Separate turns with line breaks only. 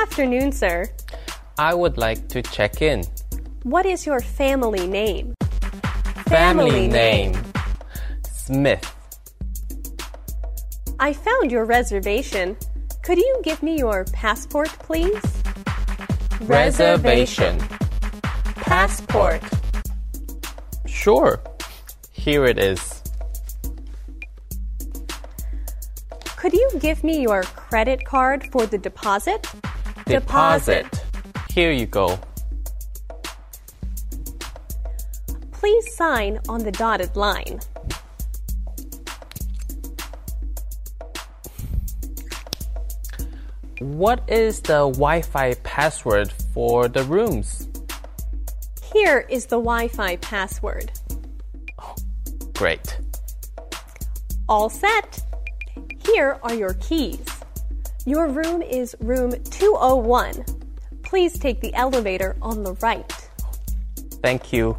afternoon, sir.
I would like to check in.
What is your family name?
Family name Smith.
I found your reservation. Could you give me your passport, please?
Reservation.
Passport.
Sure. Here it is.
Could you give me your credit card for the deposit?
Here you go.
Please sign on the dotted line.
What is the Wi Fi password for the rooms?
Here is the Wi Fi password.
Great.
All set. Here are your keys. Your room is room 201. Please take the elevator on the right.
Thank you.